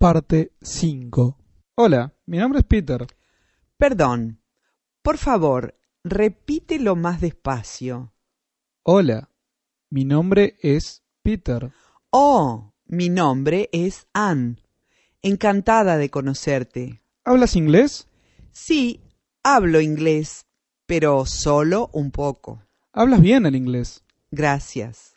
parte 5. Hola, mi nombre es Peter. Perdón. Por favor, repítelo más despacio. Hola, mi nombre es Peter. Oh, mi nombre es Ann. Encantada de conocerte. ¿Hablas inglés? Sí, hablo inglés, pero solo un poco. Hablas bien el inglés. Gracias.